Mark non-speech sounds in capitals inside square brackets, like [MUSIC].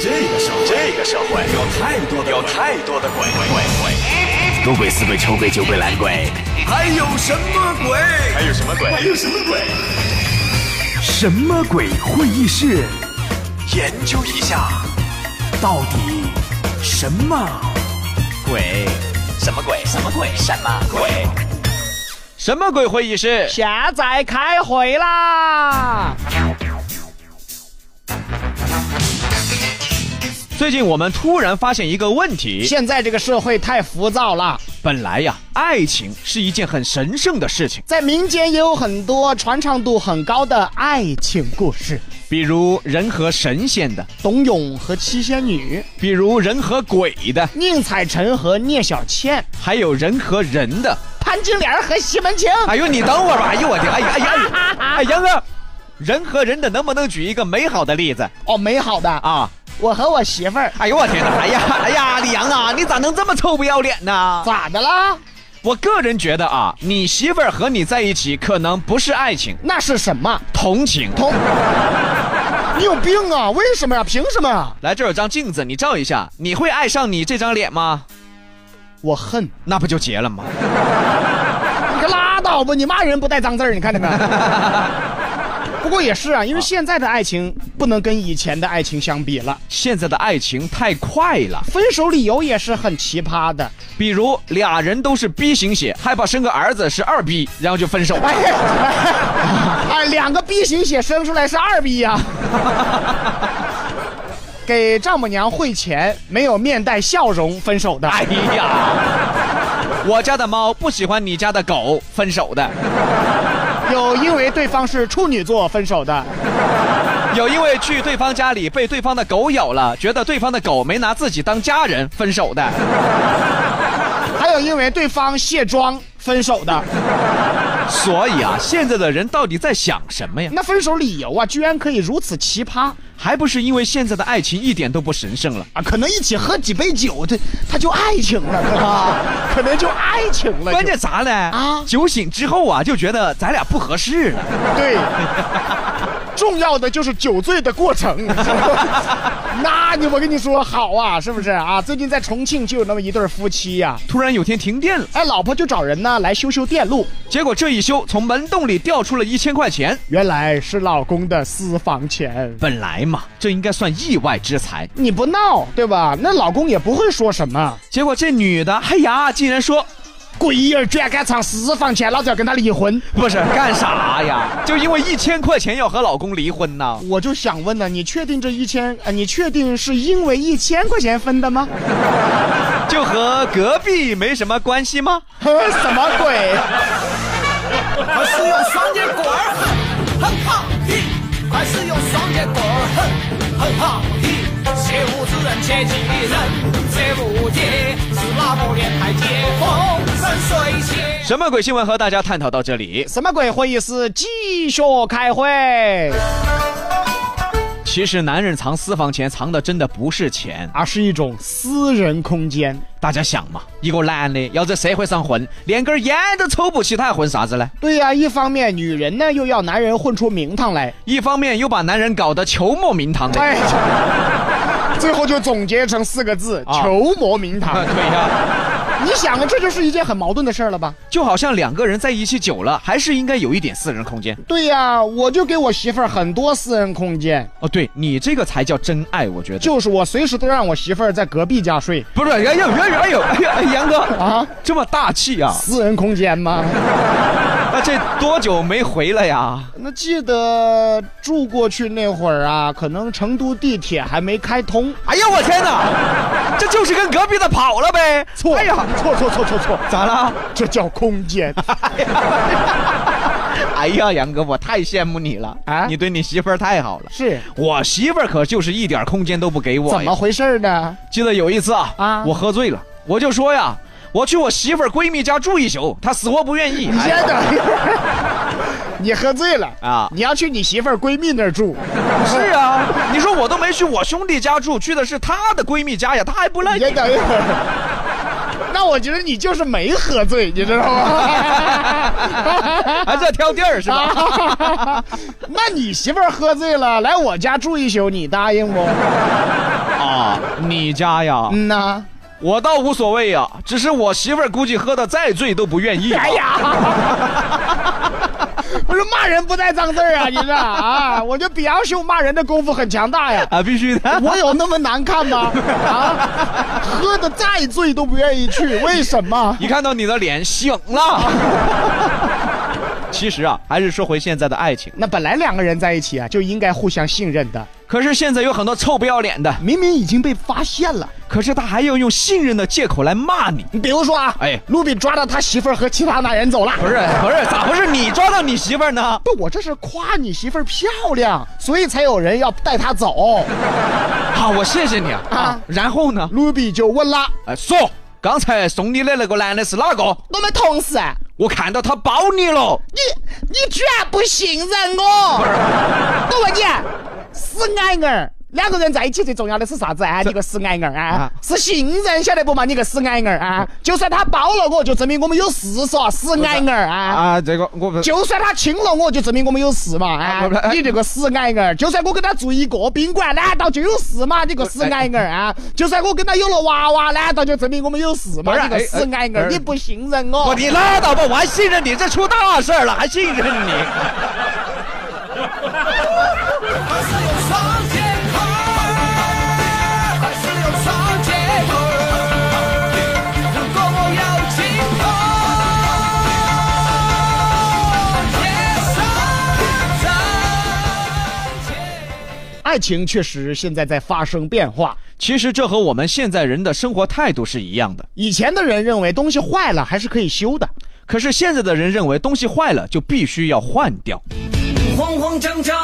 这个社会，这个社会有太多的有太多的鬼鬼鬼，赌鬼、死鬼、丑鬼、酒鬼、懒鬼，还有什么鬼？还有什么鬼？还有什么鬼？什么鬼会议室？研究一下，到底什么鬼？什么鬼？什么鬼？什么鬼？什么鬼会议室？现在开会啦！最近我们突然发现一个问题：现在这个社会太浮躁了，本来呀，爱情是一件很神圣的事情，在民间也有很多传唱度很高的爱情故事，比如人和神仙的，董永和七仙女，比如人和鬼的，宁采臣和聂小倩，还有人和人的。潘金莲和西门庆。哎呦，你等会儿吧！哎呦我的，哎呀哎呀，哎杨哥，人和人的能不能举一个美好的例子哦，美好的啊！啊？我和我媳妇儿哎呦我天哪！哎呀哎呀，李阳啊，你咋能这么臭不要脸呢？咋的啦？我个人觉得啊，你媳妇儿和你在一起可能不是爱情，那是什么？同情。同， [LAUGHS] 你有病啊？为什么呀、凭什么呀、来，这儿有张镜子，你照一下，你会爱上你这张脸吗？我恨你那不就结了吗？可拉倒吧！你骂人不带脏字儿，你看见没？不过也是啊，因为现在的爱情不能跟以前的爱情相比了，现在的爱情太快了，分手理由也是很奇葩的。比如俩人都是 B 型血，害怕生个儿子是二 B，然后就分手了。哎， [LAUGHS] 哎，两个 B 型血生出来是二 B 呀、给丈母娘汇钱，没有面带笑容分手的。哎呀，我家的猫不喜欢你家的狗，分手的。有因为对方是处女座分手的，有因为去对方家里被对方的狗咬了，觉得对方的狗没拿自己当家人，分手的。还有因为对方卸妆分手的。所以啊，现在的人到底在想什么呀？那分手理由啊，居然可以如此奇葩还不是因为现在的爱情一点都不神圣了。啊！可能一起喝几杯酒，这他就爱情了，是吧？ [LAUGHS] 可能就爱情了。关键咋嘞？啊哎啊，酒醒之后啊，就觉得咱俩不合适了。就对，重要的就是酒醉的过程。 [LAUGHS] 那你我跟你说好啊，是不是啊？最近在重庆就有那么一对儿夫妻呀、突然有天停电了，哎，老婆就找人呢来修修电路，结果这一修，从门洞里掉出了一千块钱。原来是老公的私房钱。本来嘛，这应该算意外之财，你不闹对吧？那老公也不会说什么。结果这女的，哎呀，竟然说鬼儿居然敢藏私房钱，老子要跟他离婚！不是干啥呀？就因为一千块钱要和老公离婚呢？我就想问呢，你确定这一千啊？你确定是因为一千块钱分的吗？就和隔壁没什么关系吗？呵 [LAUGHS] 什么鬼？还是用双截棍儿哼哼哈嘿，还是用双截棍儿哼哼哈嘿。写无知人且其人，这无解是哪个年代解放深水切？什么鬼新闻和大家探讨到这里。什么鬼会议室继续开会？其实男人藏私房钱藏的真的不是钱，而是一种私人空间。大家想嘛，一个男的要在社会上混，连根烟都抽不起，他还混啥子呢？对呀、一方面女人呢又要男人混出名堂来，一方面又把男人搞得球莫名堂 [LAUGHS] 的。哎，最后就总结成四个字：啊求魔名堂 [LAUGHS] 啊，。对呀、你想啊，这就是一件很矛盾的事儿了吧？就好像两个人在一起久了，还是应该有一点私人空间。对呀、我就给我媳妇儿很多私人空间，哦，对你这个才叫真爱，我觉得。就是我随时都让我媳妇儿在隔壁家睡不是，哎呦，哎呦，哎呦，哎呦，哎杨哥啊，这么大气啊？私人空间吗？那这多久没回了呀？那记得住过去那会儿啊，可能成都地铁还没开通。哎呀，我天哪，这就是跟隔壁的跑了呗？错，哎呀，错错错错错，咋了？这叫空间。哎呀，杨哥，我太羡慕你了啊！啊你对你媳妇儿太好了。是我媳妇儿可就是一点空间都 [LAUGHS] 不给我呀。怎么回事呢？记得有一次啊，啊我喝醉了，我就说呀，我去我媳妇儿闺蜜家住一宿，她死活不愿 [LAUGHS] 意。你哎先等一会儿， [LAUGHS] 你喝醉了啊你要去你媳妇儿闺蜜那儿住，是啊，你说我都没去我兄弟家住，去的是她的闺蜜家呀，她还不乐你意。先等一会儿。 [LAUGHS] 那我觉得你就是没喝醉，你知道吗？ [LAUGHS] [LAUGHS] 还在挑地儿是吧？ [LAUGHS] 那你媳妇儿喝醉了来我家住一宿，你答应不？啊，你家呀，嗯呐，我倒无所谓呀，只是我媳妇儿估计喝的再醉都不愿意。哎，呀，不是骂人不带脏字儿 [LAUGHS] 啊，你这啊，我觉得表兄骂人的功夫很强大呀。 [LAUGHS] 啊，必须的。我有那么难看 [LAUGHS] 吗？啊，喝的再醉都不愿意去，为什么？一看到你的脸醒了。 [LAUGHS] 其实啊，还是说回现在的爱情。那本来两个人在一起啊，就应该互相信任的。可是现在有很多臭不要脸的，明明已经被发现了，可是他还要用信任的借口来骂你。你比如说啊，哎哎，卢比抓到他媳妇儿和其他男人走了。不是不是，咋不是你抓到你媳妇儿呢？不，我这是夸你媳妇儿漂亮，所以才有人要带她 [LAUGHS] 走。啊，我谢谢你啊。啊啊然后呢？卢比就问了哎，说刚才送你的那个男的是哪个？：“我们同事，我看到他抱你了。你你居然不信任 [LAUGHS] 我？我问你，死矮儿，两个人在一起最重要的是啥子啊？你个死矮儿啊啊，是信任，晓得不嘛？你个死矮儿啊！就算他包了我，就证明我们有事嗦，死矮儿啊！啊，这个我不就算他亲了我，就证明我们有事嘛！啊啊不是哎，你这个死矮儿！就算我跟他住一个宾馆，难道就有事吗？你个死矮儿啊！就算我跟他有了娃娃，难道就证明我们有事不吗是？你个哎死哎矮不是儿！你不信任我我，你拉倒吧，我还信任你，这出大事儿了，还信任你？还是有双节棍儿，还是有双节棍儿。如果我有尽头，也算真节。爱情确实现在在发生变化。其实这和我们现在人的生活态度是一样的，以前的人认为东西坏了还是可以修的，可是现在的人认为东西坏了就必须要换掉。慌慌张张，